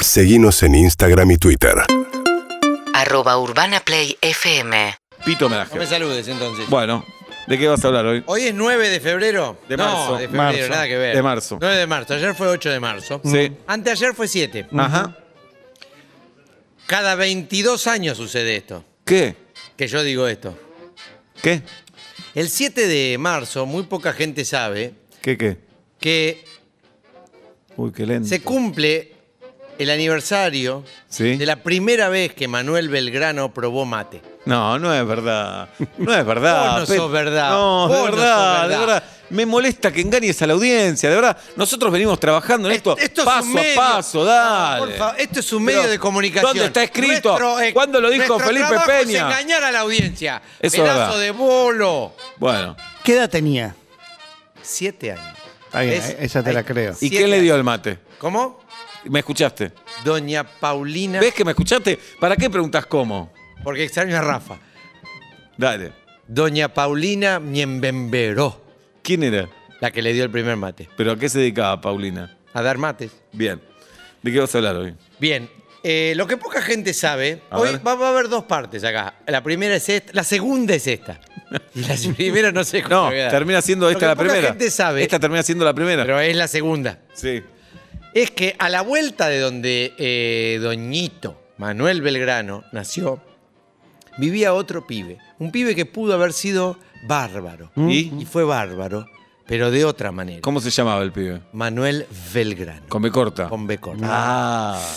Seguimos en Instagram y Twitter. Arroba Urbana Play FM. Pito No homenaje. me saludes entonces. Bueno, ¿de qué vas a hablar hoy? Hoy es 9 de febrero. De no, marzo, de febrero, marzo, nada que ver. de marzo. 9 de marzo. Ayer fue 8 de marzo. Sí. Anteayer fue 7. Ajá. Cada 22 años sucede esto. ¿Qué? Que yo digo esto. ¿Qué? El 7 de marzo, muy poca gente sabe ¿Qué qué? que Uy, qué lento. se cumple el aniversario Sí. de la primera vez que Manuel Belgrano probó mate. No, no es verdad. No es verdad. Vos no Pe- sos verdad. No, de Vos no sos verdad, de verdad. verdad. Me molesta que engañes a la audiencia, de verdad. Nosotros venimos trabajando en esto, es paso un medio. Ah, a paso, dale. Por favor, Eh, esto es un medio Pero, de comunicación. ¿Dónde está escrito? Nuestro, eh, ¿Cuándo lo dijo nuestro Felipe trabajo es Peña? engañar a la audiencia. Eso es Pedazo verdad. de bolo. Bueno, ¿Qué edad tenía? Siete años. Está bien, Es- esa te hay- la creo. ¿y Siete quién le dio el mate? ¿Cómo? ¿Me escuchaste? Doña Paulina. ¿Ves que me escuchaste? ¿Para qué preguntas cómo? Porque extraño a Rafa. Dale. Doña Paulina Miembemberó, ¿Quién era? la que le dio el primer mate. ¿Pero a qué se dedicaba Paulina? A dar mates. Bien. ¿De qué vas a hablar hoy? Bien. eh, lo que poca gente sabe, A hoy ver. va, va a haber dos partes acá. La primera es esta, la segunda es esta. Y la primera no sé cómo No, voy a dar. termina siendo Lo esta la que poca primera. gente sabe, Esta termina siendo la primera. pero es la segunda. Sí. Es que a la vuelta de donde eh, Doñito Manuel Belgrano nació, vivía otro pibe. Un pibe que pudo haber sido bárbaro. ¿Y? Y fue bárbaro, pero de otra manera. ¿Cómo se llamaba el pibe? Manuel Belgrano. Con B corta. Con B corta. Ah,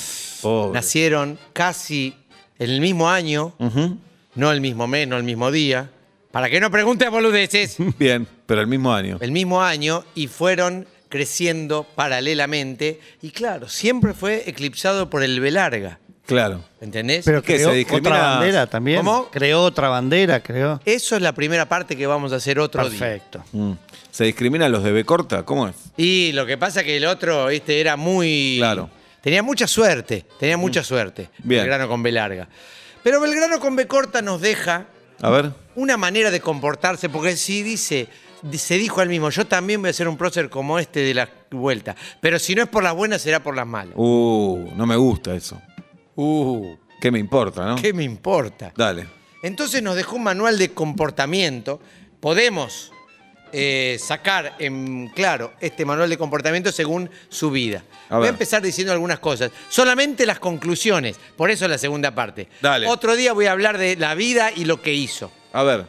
pobre. Nacieron casi en el mismo año, Ujú. no el mismo mes, no el mismo día. Para que no preguntes boludeces. Bien, pero el mismo año. el mismo año y fueron creciendo paralelamente. Y claro, siempre fue eclipsado por el B larga. Claro. ¿Entendés? Pero ¿Qué, se creó discrimina? otra bandera también. ¿Cómo? Creó otra bandera, creó. Eso es la primera parte que vamos a hacer otro día. Perfecto. Mm. ¿Se discriminan los de B corta? ¿Cómo es? Y lo que pasa que el otro, este, era muy. Claro. Mm. Tenía mucha suerte, tenía mucha suerte. Bien. Belgrano con B larga. Pero Belgrano con B corta nos deja A ver. una manera de comportarse, porque si dice, se dijo al mismo, yo también voy a ser un prócer como este de la vuelta. Pero si no es por las buenas, será por las malas. Uh, no me gusta eso. Uh, ¿Qué me importa, no? ¿qué me importa? Dale. Entonces nos dejó un manual de comportamiento. Podemos eh, sacar en claro este manual de comportamiento según su vida. A Voy a ver. empezar diciendo algunas cosas. Solamente las conclusiones. Por eso la segunda parte. Dale. Otro día voy a hablar de la vida y lo que hizo. A ver.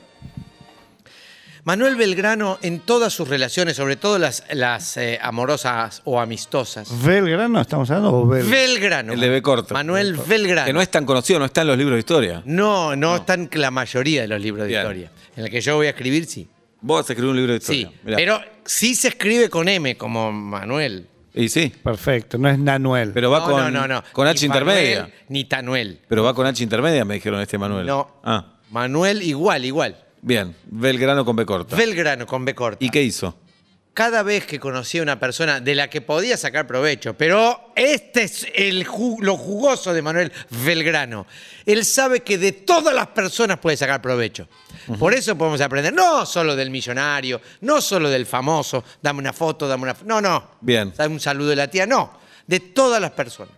Manuel Belgrano en todas sus relaciones, sobre todo las, las, eh, amorosas o amistosas. ¿Belgrano estamos hablando o Bel? Belgrano. El de B corta. Manuel Belgrano. Que no es tan conocido, no está en los libros de historia. no, no están la mayoría de los libros de Bien. historia. En el que yo voy a escribir, sí. Vos vas a escribir un libro de Sí, historia. Mirá. pero sí se escribe con M, como Manuel. Y sí, Perfecto, no es Nanuel. pero va no, con, no, no, no. con Ni H Manuel, intermedia. Ni Tanuel. Pero va con H intermedia, me dijeron este Manuel. No. Ah, Manuel igual, igual. bien. Belgrano con B corta. Belgrano con B corta. ¿Y qué hizo? Cada vez que conocía a una persona de la que podía sacar provecho, pero este es el ju- lo jugoso de Manuel Belgrano. Él sabe que de todas las personas puede sacar provecho. Por eso podemos aprender no solo del millonario, no solo del famoso, dame una foto, dame una... fo- No, no. Bien. Dame un saludo de la tía, no. De todas las personas.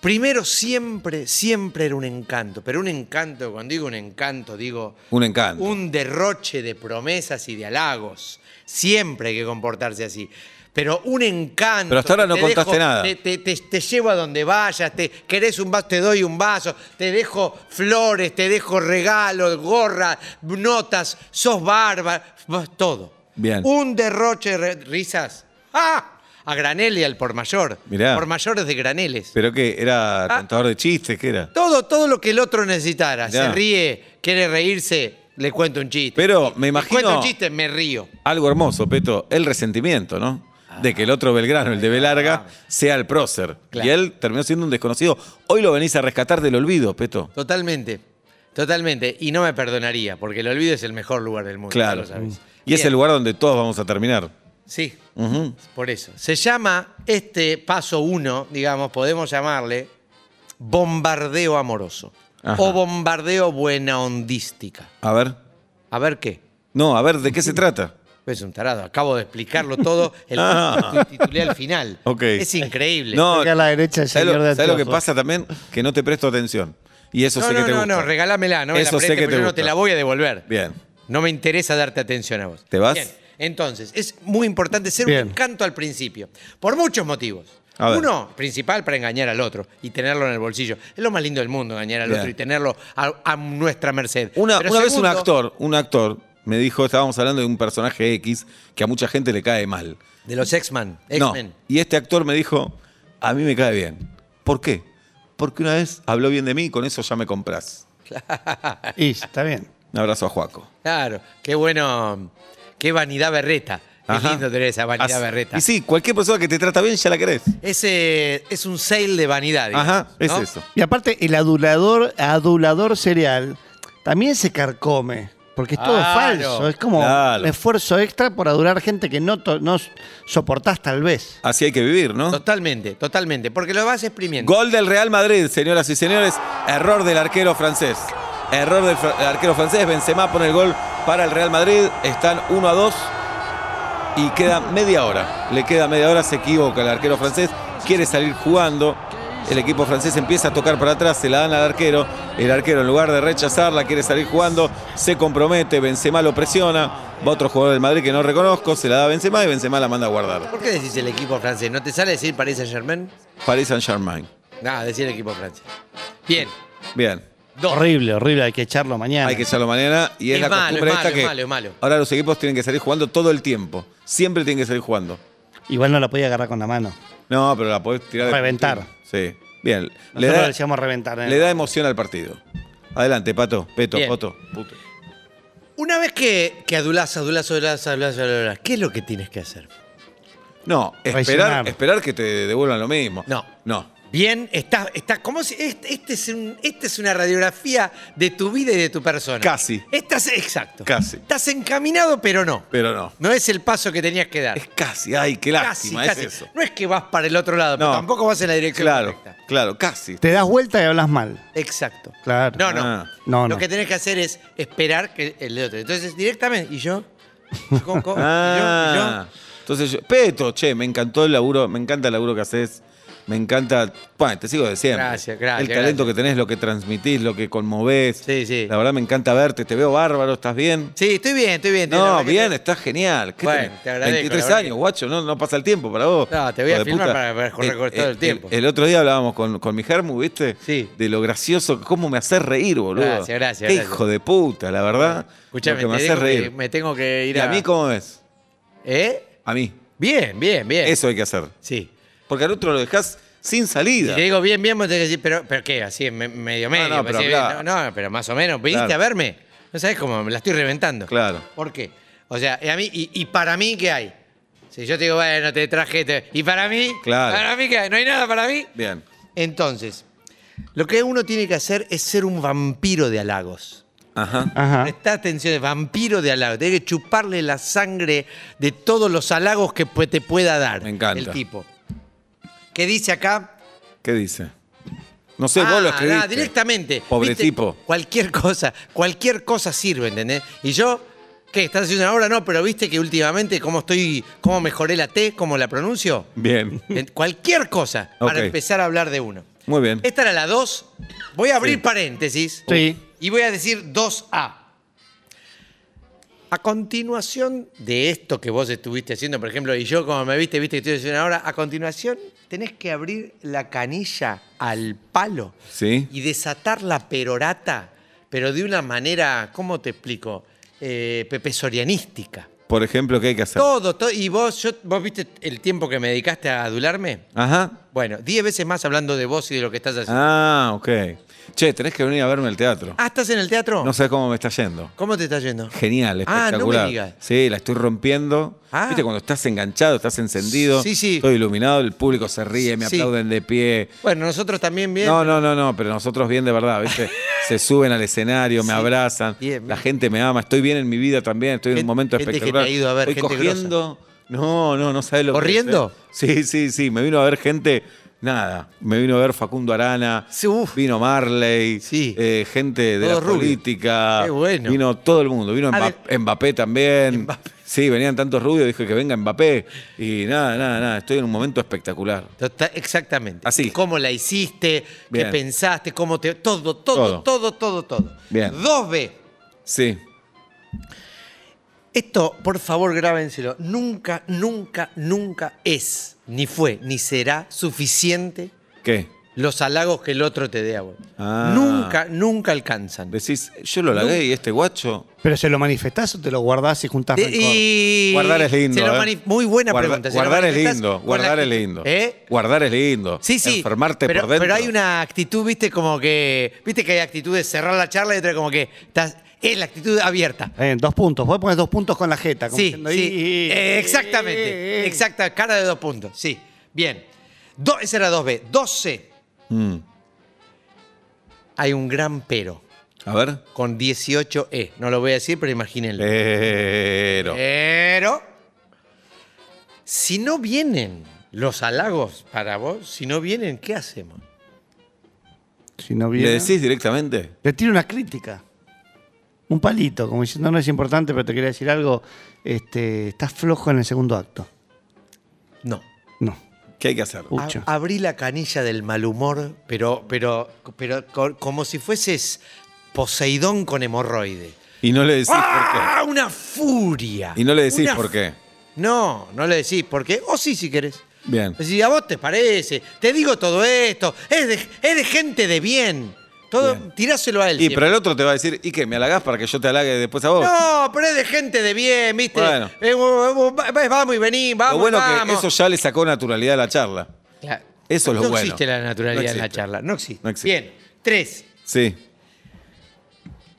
Primero siempre, siempre era un encanto, pero un encanto, cuando digo un encanto, digo... Un encanto. Un derroche de promesas y de halagos. Siempre hay que comportarse así. Pero un encanto. Pero hasta ahora que no te contaste nada. Te, te- te- te llevo a donde vayas, te querés un vaso, te doy un vaso, te dejo flores, te dejo regalos, gorras, notas, sos bárbaro, vas- todo. Bien. Un derroche de re- risas. ¡Ah! A granel y al por mayor. Mirá. Por mayores de graneles. ¿Pero qué? ¿Era Ah. contador de chistes? ¿Qué era? Todo, todo lo que el otro necesitara. Mirá. Se ríe, quiere reírse, le cuento un chiste. Pero me Le cuento imagino un chiste, me río. algo hermoso, Peto, el resentimiento, ¿no? De que el otro Belgrano, el de Belarga, sea el prócer. Ah. Claro. Y él terminó siendo un desconocido. Hoy lo venís a rescatar del olvido, Peto. Totalmente, totalmente. Y no me perdonaría, porque el olvido es el mejor lugar del mundo. ya Claro. lo sabes. Y es Bien, el lugar donde todos vamos a terminar. Sí, Ujú. por eso. Se llama este paso uno, digamos, podemos llamarle bombardeo amoroso. Ajá. O bombardeo buenaondística. A ver. A ver qué. No, a ver, ¿de qué se trata? Es un tarado. Acabo de explicarlo todo. El Ah. titulé al final. Ok. Es increíble. No, Acá a la derecha el ¿sabes señor lo, de sabes lo que anteojos. pasa también? Que no te presto atención. Y eso no, sé no, que te no, gusta. no, regálamela. No me Eso la sé prestes, que te porque yo no gusta. te la voy a devolver. Bien. No me interesa darte atención a vos. ¿Te vas? Bien. Entonces, es muy importante ser Bien. un canto al principio. Por muchos motivos. A ver. Uno, principal para engañar al otro y tenerlo en el bolsillo. Es lo más lindo del mundo, engañar al Bien. otro y tenerlo a, a nuestra merced. Una, Pero una vez un segundo- actor, un actor me dijo, estábamos hablando de un personaje X que a mucha gente le cae mal. De los X-Men. No. X-Men. Y este actor me dijo, a mí me cae bien. ¿Por qué? Porque una vez habló bien de mí y con eso ya me compras. Y está bien. Un abrazo a Juaco. Claro, qué bueno, qué vanidad berreta. Qué Ajá. lindo tener esa vanidad Así- berreta. Y sí, cualquier persona que te trata bien ya la querés. Ese es un sale de vanidad. digamos, Ajá, es ¿no? eso. Y aparte, el adulador, adulador cereal también se carcome. Porque es todo Claro. falso. Es como Claro. un esfuerzo extra por adular gente que no, to- no soportás tal vez. Así hay que vivir, ¿no? Totalmente, totalmente. Porque lo vas exprimiendo. Gol del Real Madrid, señoras y señores. Error del arquero francés. Error del fra- arquero francés. Benzema pone el gol para el Real Madrid. Están 1 a 2 y queda media hora. Le queda media hora, se equivoca el arquero francés. Quiere salir jugando. El equipo francés empieza a tocar para atrás, se la dan al arquero. El arquero, en lugar de rechazarla, quiere salir jugando, se compromete. Benzema lo presiona. Va otro jugador del Madrid que no reconozco, se la da a Benzema y Benzema la manda a guardar. ¿Por qué decís el equipo francés? ¿No te sale decir Paris Saint Germain? Paris Saint-Germain. No, decir el equipo francés. Bien. Bien. Dos. Horrible, horrible. Hay que echarlo mañana. Hay que echarlo mañana y es, Es la malo, costumbre es esta malo, que es malo, es malo. ahora los equipos tienen que salir jugando todo el tiempo. Siempre tienen que salir jugando. Igual no la podía agarrar con la mano. No, pero la podés tirar. de- Reventar. Sí. Bien. Le Nosotros le da, decíamos reventar. ¿eh? le da emoción al partido. Adelante, Pato. Peto, Bien. Poto. Puto. Una vez que, que adulás, adulás, adulás, adulás, adulás, ¿qué es lo que tienes que hacer? No, esperar, Presionar. esperar que te devuelvan lo mismo. No. No. Bien, está, está, ¿cómo se- este, este es un- esta es una radiografía de tu vida y de tu persona. Casi. Estás, exacto. Casi. Estás encaminado, pero no. Pero no. No es el paso que tenías que dar. Es casi. Ay, qué lástima. casi, es casi. eso. No es que vas para el otro lado, pero No. tampoco vas en la dirección Claro, correcta. claro, casi. Te das vuelta y hablas mal. Exacto. Claro. No, no. Ah. No, Lo no. que tenés que hacer es esperar que el de otro. Entonces, directamente. ¿Y yo? ¿Cómo, cómo? ¿Y yo? ¿Y yo? Ah, entonces yo- Peto, che, me encantó el laburo, me encanta el laburo que haces. Me encanta. Bueno, te sigo de siempre. Gracias, El gracias, talento gracias. que tenés, lo que transmitís, lo que conmovés. Sí, sí. La verdad me encanta verte, te veo bárbaro, ¿estás bien? Sí, estoy bien, estoy bien. la No, verdad que bien, te- estás genial. ¿Qué Bueno, tenés? te agradezco, la 23 verdad años, que- guacho, no, no pasa el tiempo para vos. No, te voy a hijo de filmar puta. Eh, para- para correr con todo el tiempo. El, otro día hablábamos con, con mi Germu, ¿viste? Sí. De lo gracioso, cómo me haces reír, boludo. Gracias, gracias, Qué gracias. hijo de puta, la verdad. Escuchame, lo que me te haces digo que reír. me tengo que ir ¿Y a mí cómo ves? ¿Eh? A mí. Bien, bien, bien. Eso hay que hacer. Sí. Porque al otro lo dejas sin Si salida. te digo bien, bien, vos tenés que decir, pero, pero ¿qué? Así, me- medio medio. no, pero así, claro. no, no, pero más o menos. ¿Viniste Claro. a verme? No sabés cómo, me la estoy reventando. Claro. ¿Por qué? O sea, y, a mí, y, y para mí, ¿qué hay? Si yo te digo, bueno, te traje. te- ¿Y para mí? Claro. ¿Para mí qué hay? ¿No hay nada para mí? Bien. Entonces, lo que uno tiene que hacer es ser un vampiro de halagos. Ajá. Ajá. Presta atención, es vampiro de halagos. Tiene que chuparle la sangre de todos los halagos que pu- te pueda dar. Me encanta. El tipo. ¿Qué dice acá? ¿Qué dice? No sé, vos lo Ah, escribiste. nada, directamente. Pobre ¿Viste? tipo. Cualquier cosa, cualquier cosa sirve, ¿entendés? Y yo, ¿qué? ¿Estás haciendo una obra? No, pero viste que últimamente cómo estoy, cómo mejoré la T, cómo la pronuncio. Bien. En- cualquier cosa para Ok. empezar a hablar de uno. Muy bien. Esta era la 2. Voy a abrir Sí. paréntesis. Sí. Y voy a decir 2A. A continuación de esto que vos estuviste haciendo, por ejemplo, y yo como me viste, viste que estoy haciendo ahora, a continuación tenés que abrir la canilla al palo Sí. y desatar la perorata, pero de una manera, ¿cómo te explico? Eh, pepesorianística. Por ejemplo, ¿qué hay que hacer? Todo, todo. Y vos, yo, vos viste el tiempo que me dedicaste a adularme. Ajá. Bueno, 10 veces más hablando de vos y de lo que estás haciendo. Ah, ok. Che, tenés que venir a verme al teatro. Ah, ¿estás en el teatro? No sé cómo me está yendo. ¿Cómo te está yendo? Genial, Ah, no me espectacular. digas. Sí, la estoy rompiendo. Ah. Viste, cuando estás enganchado, estás encendido. Sí, sí. Estoy iluminado, el público se ríe, me Sí. aplauden de pie. Bueno, nosotros también bien. No, no, no, no, pero nosotros bien de verdad, ¿viste? Se suben al escenario, me Sí. abrazan, Bien, la bien. gente me ama, estoy bien en mi vida también, estoy en un Gente- momento gente que te espectacular. ha ido a ver, Voy gente cogiendo. No, no, no sabes lo que es, ¿Corriendo? ¿eh? Sí, sí, sí, me vino a ver gente, nada, me vino a ver Facundo Arana, Sí, uf. vino Marley, Sí. eh, gente de Todo la rubio. política, Qué bueno. vino todo el mundo, vino A Mba- ver. Mbappé también. Mbappé. Sí, venían tantos rubios, dije que venga Mbappé. Y nada, nada, nada. Estoy en un momento espectacular. Tota- exactamente. Así. ¿Cómo la hiciste? Bien. ¿Qué pensaste? ¿Cómo te.? Todo, Todo. todo, todo, todo, todo. Bien. 2B. Sí. Esto, por favor, grábenselo. Nunca, nunca, nunca es, ni fue, ni será suficiente ¿Qué? los halagos que el otro te dé a vos. Ah. Nunca, nunca alcanzan. Decís, yo lo lagué y este guacho. ¿Pero se lo manifestás o te lo guardás y juntás De- rencor? Eh, y- Guardar es lindo. se lo ¿eh? mani- Muy buena Guarda- pregunta. se lo Guardar es manifestás lindo. con Guardar la- es lindo. ¿Eh? Guardar es lindo. Sí, sí. Enfermarte pero, por dentro. Pero hay una actitud, viste, como que. Viste que hay actitud de cerrar la charla y otra como que. estás- es la actitud abierta. Está bien, Eh, dos puntos. Vos pones dos puntos con la jeta. como Sí, diciendo, sí. "Y- Eh, exactamente. eh". Exacta, cara de dos puntos. Sí. Bien. Do- esa era 2B. 12. Mm. Hay un gran pero A ver. con 18E. No lo voy a decir, pero imagínenlo. Pero. Eh, Pero. Si no vienen los halagos para vos, si no vienen, ¿qué hacemos? Si no ¿Le viene, decís directamente? le tiro una crítica. Un palito, como diciendo, no, no es importante, pero te quería decir algo. Este, estás flojo en el segundo acto. No. No. ¿Qué hay que hacer? Uh. A- Pucha. abrí la canilla del mal humor, pero, pero, pero co- como si fueses Poseidón con hemorroide. Y no le decís ¡Ah! ¡Una furia! por qué. Y no le decís Una por qué. No, no le decís por qué. O sí, si querés. Bien. Si a vos te parece, te digo todo esto, es de, es de gente de bien. Todo, Bien. tiráselo a él. Y siempre. pero el otro te va a decir, ¿y qué? ¿Me halagás para que yo te halague después a vos? No, pero es de gente de bien, ¿viste? Bueno. Eh, bu- bu- bu- vamos y venís, vamos. lo bueno que vamos. eso ya le sacó naturalidad a la charla. Claro. Eso es lo no bueno. existe la naturalidad No en la existe. charla. No existe. No existe. Bien. Tres. Sí,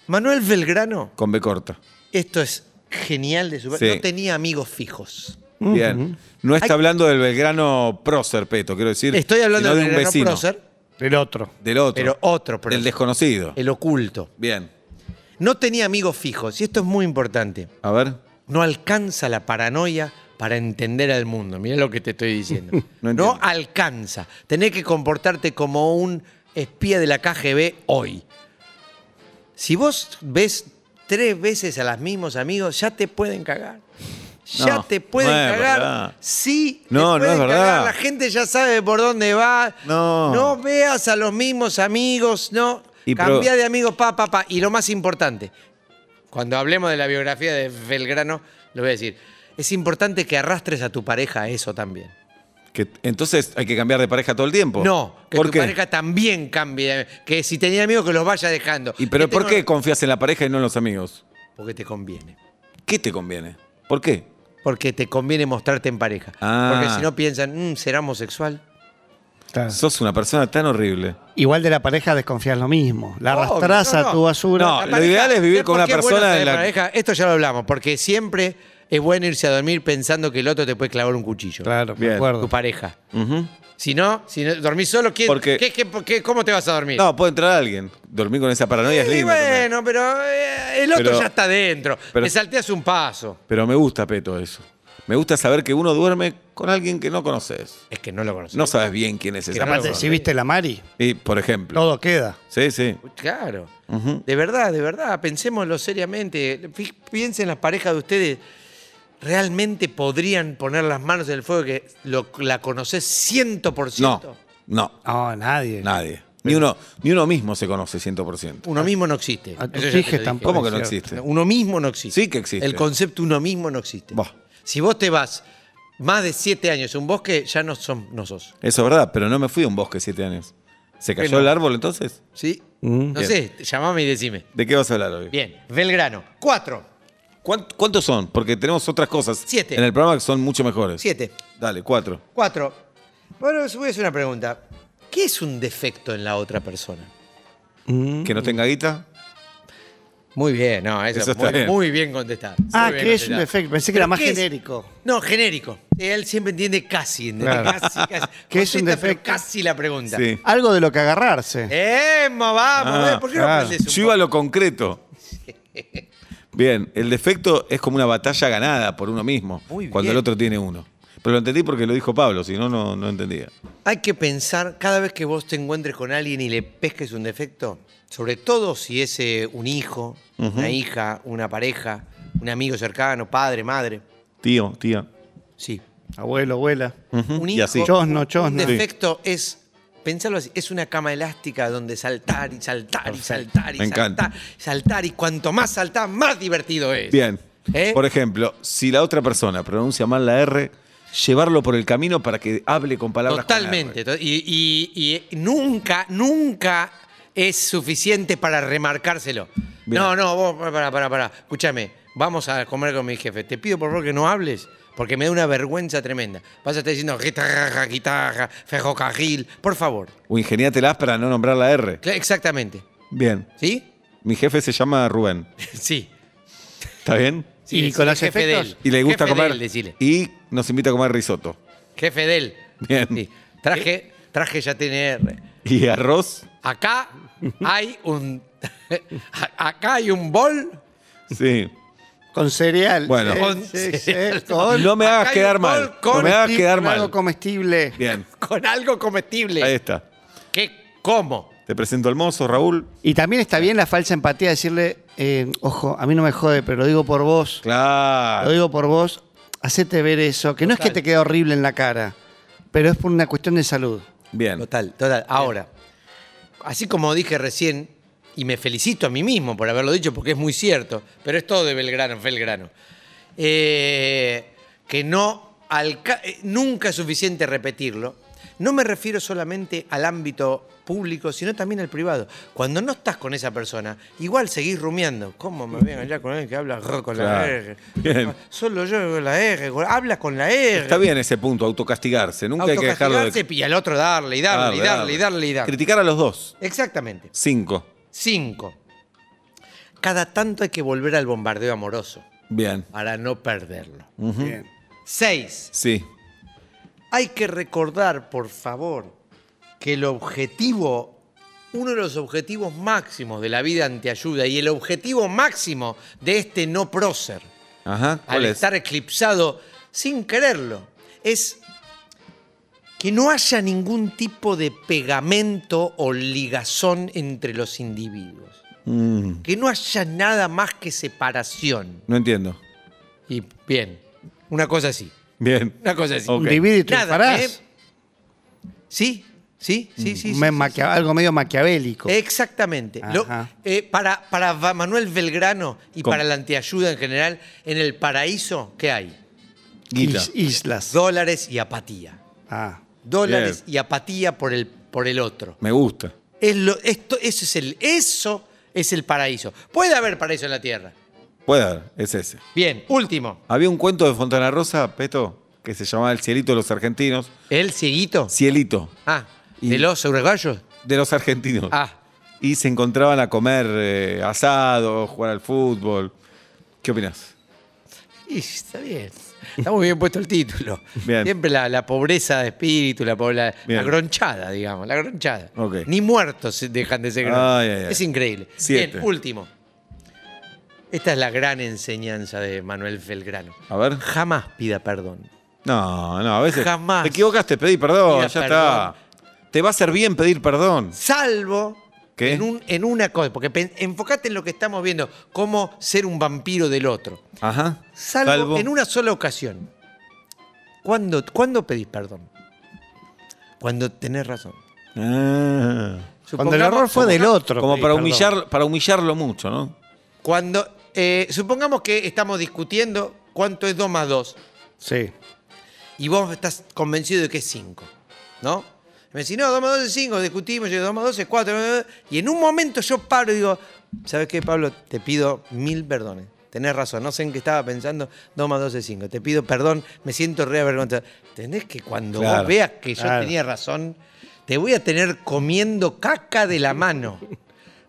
Manuel Belgrano, con B corta. esto es genial de su Sí. No tenía amigos fijos. Bien. No está hablando del Belgrano prócer, Peto, quiero decir. Estoy hablando sino de de un Belgrano vecino. prócer, El otro. Del otro. pero otro prócer. Del desconocido. el oculto. Bien. No tenía amigos fijos, y esto es muy importante. A ver. No alcanza la paranoia para entender al mundo. Mirá lo que te estoy diciendo. No no, entiendo. alcanza. Tenés que comportarte como un espía de la KGB hoy. Si vos ves tres veces a los mismos amigos, ya te pueden cagar. Ya No, te pueden no es cagar. verdad. Sí, te No, no es pueden cagar. verdad. La gente ya sabe por dónde va. No. No veas a los mismos amigos, no. Y pero- Cambia de amigos, pa, pa, pa. Y lo más importante, cuando hablemos de la biografía de Belgrano, lo voy a decir. Es importante que arrastres a tu pareja a eso también. Que, entonces hay que cambiar de pareja todo el tiempo. No, que ¿Por tu qué? pareja también cambie. Que si tenía amigos, que los vaya dejando. ¿Y pero Que por qué tengo- confías en la pareja y no en los amigos? Porque te conviene. ¿Qué te conviene? ¿Por qué? Porque te conviene mostrarte en pareja. Ah. Porque si no piensan, "Mm, ¿será homosexual? ah. Sos una persona tan horrible. Igual de la pareja desconfías lo mismo. La Obvio, arrastrás no, a no. tu basura. No, La lo ideal es vivir ¿sabes con por una qué es persona bueno tener en la- pareja? Esto ya lo hablamos, porque siempre es bueno irse a dormir pensando que el otro te puede clavar un cuchillo. Claro, Bien. me acuerdo. Tu pareja. Ujú. Si no, si no, dormís solo, ¿quién, Porque- qué- qué- por qué- cómo te vas a dormir? No, puede entrar alguien. Dormir con esa paranoia es y lindo. también. bueno, pero eh, el otro Pero- ya está dentro. pero- Te salteas un paso. Pero me gusta, Peto, eso. Me gusta saber que uno duerme con alguien que no conoces. Es que no lo conoces. No sabes bien quién es esa Que no lo Aparte, persona. si viste la Mari, Y, por ejemplo. todo queda. Sí, sí. Claro. Ujú. De verdad, de verdad. Pensémoslo seriamente. Fí- Piensen las parejas de ustedes. ¿Realmente podrían poner las manos en el fuego que lo- la conoces 100%? No, no, No, nadie. nadie. Ni uno, ni uno mismo se conoce 100%. Uno mismo no existe. A Eso tus ya te lo hijas dije. Ah, tampoco. Ah. ¿Cómo que es no cierto. existe? Uno mismo no existe. Sí que existe. El concepto uno mismo no existe. Bah. Si vos te vas más de siete años a un bosque, ya no, son, no sos. Eso es verdad, pero no me fui a un bosque siete años. ¿Se cayó Bueno. el árbol entonces? ¿Sí? Mm. no Bien. sé, llamame y decime. ¿De qué vas a hablar hoy? Bien, Belgrano. Cuatro. ¿Cuán- ¿Cuántos son? Porque tenemos otras cosas Siete. en el programa que son mucho mejores. Siete. Dale, cuatro. Cuatro. Bueno, os voy a hacer una pregunta. ¿Qué es un defecto en la otra persona? Mm. Que no tenga guita. Muy bien, no, eso, Eso está muy, muy bien. bien. contestado. Ah, Muy bien que es un contestado. defecto. Pensé que ¿Pero era más qué es? genérico. No, genérico. Él siempre entiende casi, ¿entendés? Claro. Casi, casi. ¿Qué es un Contesta, pero defecto? Casi la pregunta. Sí. Algo de lo que agarrarse. Eh. ¡Emma, vamos! Ah, eh, ¿Por qué no claro. aprendes un Yo iba a lo concreto. Bien, el defecto es como una batalla ganada por uno mismo Muy bien. cuando el otro tiene uno. Pero lo entendí porque lo dijo Pablo, si no, no, no entendía. poco? Hay que pensar, cada vez que vos te encuentres con alguien y le pesques un defecto, sobre todo si es eh, un hijo, una hija, una pareja, Un amigo cercano, padre, madre. Tío, tía. Sí. Abuelo, abuela. Ujú, Un y hijo, así. Chosno, chosno. Un Sí. defecto es, pensarlo así, es una cama elástica donde saltar y saltar y saltar y Me saltar. encanta. Saltar y cuanto más saltar, más divertido es. Bien. ¿Eh? Por ejemplo, si la otra persona pronuncia mal la R, llevarlo por el camino para que hable con palabras. con Totalmente. R. to- Y, y- y nunca, nunca es suficiente para remarcárselo. Bien. No, no, vos, para, para, para. Escúchame, vamos a comer con mi jefe. Te pido por favor que no hables, porque me da una vergüenza tremenda. Vas a estar diciendo guitarra, guitarra, ferrocarril, por favor. O ingeniátelas para no nombrar la R. Cla- Exactamente. Bien. ¿Sí? Mi jefe se llama Rubén. Sí. ¿Está bien? Sí, ¿Y decile, con los jefe de efectos? él. Y le gusta Jefe de comer. él, decile. y nos invita a comer risotto. Jefe de él. Bien. Sí. Traje, traje ya tiene R. Y arroz. Acá hay un. a- Acá hay un bol. Sí. Con cereal. Bueno. Con cereal. con- No me Acá hagas hay quedar un mal. bol con- No me hagas comestible, quedar mal. Algo comestible. Bien. Con algo Ahí comestible. está. ¿Qué como? Te presento al mozo, Raúl. Y también está bien la falsa empatía de decirle, eh, ojo, a mí no me jode, pero lo digo por vos. Lo Claro. digo por vos. Hacete ver eso. Que no es que te quede horrible en la cara, pero es por una cuestión de salud. Bien. Total, total. Ahora, así como dije recién, y me felicito a mí mismo por haberlo dicho porque es muy cierto, pero es todo de Belgrano, Belgrano. eh, que no alca- eh, nunca es suficiente repetirlo. No me refiero solamente al ámbito público, sino también al privado. Cuando no estás con esa persona, igual seguís rumiando. ¿Cómo me ven allá con él que habla r con la Claro. R? Bien. Solo yo con la R, con- habla con la R. Está bien ese punto, autocastigarse. Nunca hay que dejarlo de. Autocastigarse y al otro darle y darle, y Darle, darle y darle y darle. Criticar a los dos. Exactamente. Cinco. Cinco. Cada tanto hay que volver al bombardeo amoroso Bien. para no perderlo. Bien. Seis. Sí. Hay que recordar, por favor, que el objetivo, uno de los objetivos máximos de la vida anteayuda y el objetivo máximo de este no prócer, Ajá. al ¿Cuál es? estar eclipsado sin quererlo, es que no haya ningún tipo de pegamento o ligazón entre los individuos. Mm, Que no haya nada más que separación. no entiendo. Y bien, una cosa así. Bien. Una cosa así. Ok. Un divide y Nada, triunfarás. ¿eh? Sí, sí, sí, sí. Me- sí, Eh, maquia- Algo medio maquiavélico. Exactamente. Lo- Ajá. eh, para, para Va- Manuel Belgrano y ¿Cómo? para la antiayuda en general, en el paraíso, ¿qué hay? Guita. Is- islas. Dólares y apatía. Ah. dólares y apatía por el, por el otro. Me gusta. Es lo- esto, eso, es el, eso es el paraíso. Puede haber paraíso en la tierra. Puede haber, es ese. Bien, último. Había un cuento de Fontana Rosa, Peto, que se llamaba El Cielito de los Argentinos. El cieguito. Cielito Ah, Y- de los uruguayos. de los argentinos. Ah, Y se encontraban a comer eh, asado, jugar al fútbol. ¿Qué opinás? y está bien. Está muy bien puesto el título. Bien. Siempre la, la pobreza de espíritu, la, po- la, Bien. la gronchada, digamos, la gronchada. Ok. Ni muertos se dejan de ser gronchos. Ay, ay, ay. Es increíble. Siete. Bien, último. Esta es la gran enseñanza de Manuel Belgrano. A ver. Jamás pida perdón. No, no, a veces. Jamás. Te equivocaste, pedí perdón, Mira, ya perdón. está. Te va a hacer bien pedir perdón. Salvo ¿Qué? En, un- en una cosa, porque pen- enfocate en lo que estamos viendo, cómo ser un vampiro del otro. Ajá. Salvo, en una sola ocasión. ¿Cuándo, cuándo pedís perdón? Cuando tenés razón. Ah. Cuando el Supongamos- error fue del otro. Como sí, para, perdón. humillar, para humillarlo mucho, ¿no? Cuando, eh, supongamos que estamos discutiendo cuánto es 2 más 2 Sí. y vos estás convencido de que es 5, ¿no? Y Me decís, no, 2 más 2 es 5, discutimos, yo, 2 más 2 es 4. Y en un momento yo paro y digo, ¿sabes qué, Pablo? Te pido mil perdones. Tenés razón, no sé en qué estaba pensando, 2 más 2 es 5. Te pido perdón, me siento re avergonzado. ¿Entendés que cuando Claro. vos veas que yo Claro. tenía razón, te voy a tener comiendo caca de la mano?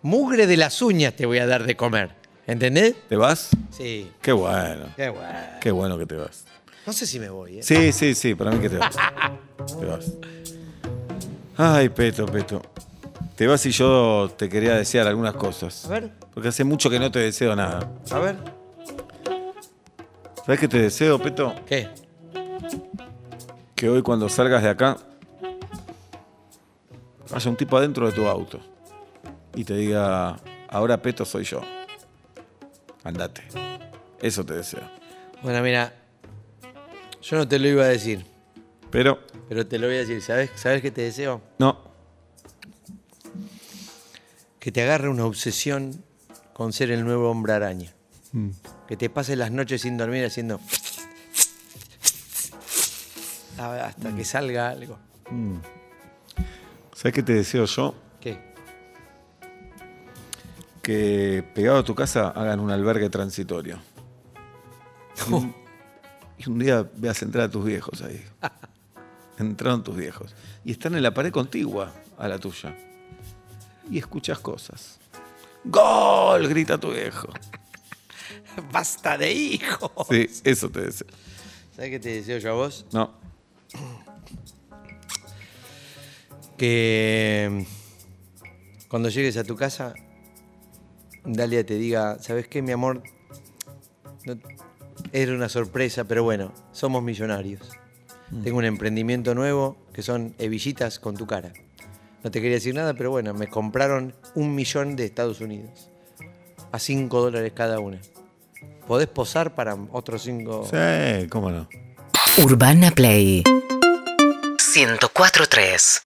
Mugre de las uñas te voy a dar de comer. ¿Entendés? ¿Te vas? Sí. Qué bueno. Qué bueno. Qué bueno que te vas. No sé si me voy, ¿eh? Sí, sí, sí, para mí que te vas. Te vas. Ay, Peto, Peto. Te vas y yo te quería desear algunas cosas. A ver. Porque hace mucho que no te deseo nada. A ver. ¿Sabes qué te deseo, Peto? ¿Qué? Que hoy cuando salgas de acá haya un tipo adentro de tu auto y te diga, ahora Peto soy yo. Andate. Eso te deseo. Bueno, mira, yo no te lo iba a decir, Pero, pero te lo voy a decir. ¿Sabes, ¿Sabes qué te deseo? no. Que te agarre una obsesión con ser el nuevo hombre araña. Que te pases las noches sin dormir haciendo. Ah, Hasta que salga algo. ¿Sabes qué te deseo yo? ¿Qué? Que pegado a tu casa hagan un albergue transitorio. Y un- Y un día veas entrar a tus viejos ahí. Entraron tus viejos. Y están en la pared contigua a la tuya. Y escuchas cosas. ¡Gol! grita tu viejo. ¡Basta de hijo! Sí, eso te deseo. ¿Sabes qué te deseo yo a vos? No. Que mm, cuando llegues a tu casa, Dalia te diga, ¿sabes qué, mi amor? No- era una sorpresa, pero bueno, somos millonarios. Tengo un emprendimiento nuevo que son hebillitas con tu cara. No te quería decir nada, pero bueno, me compraron un millón de Estados Unidos. A 5 dólares cada una. Podés posar para otros 5... Sí, cómo no. Urbana Play 104.3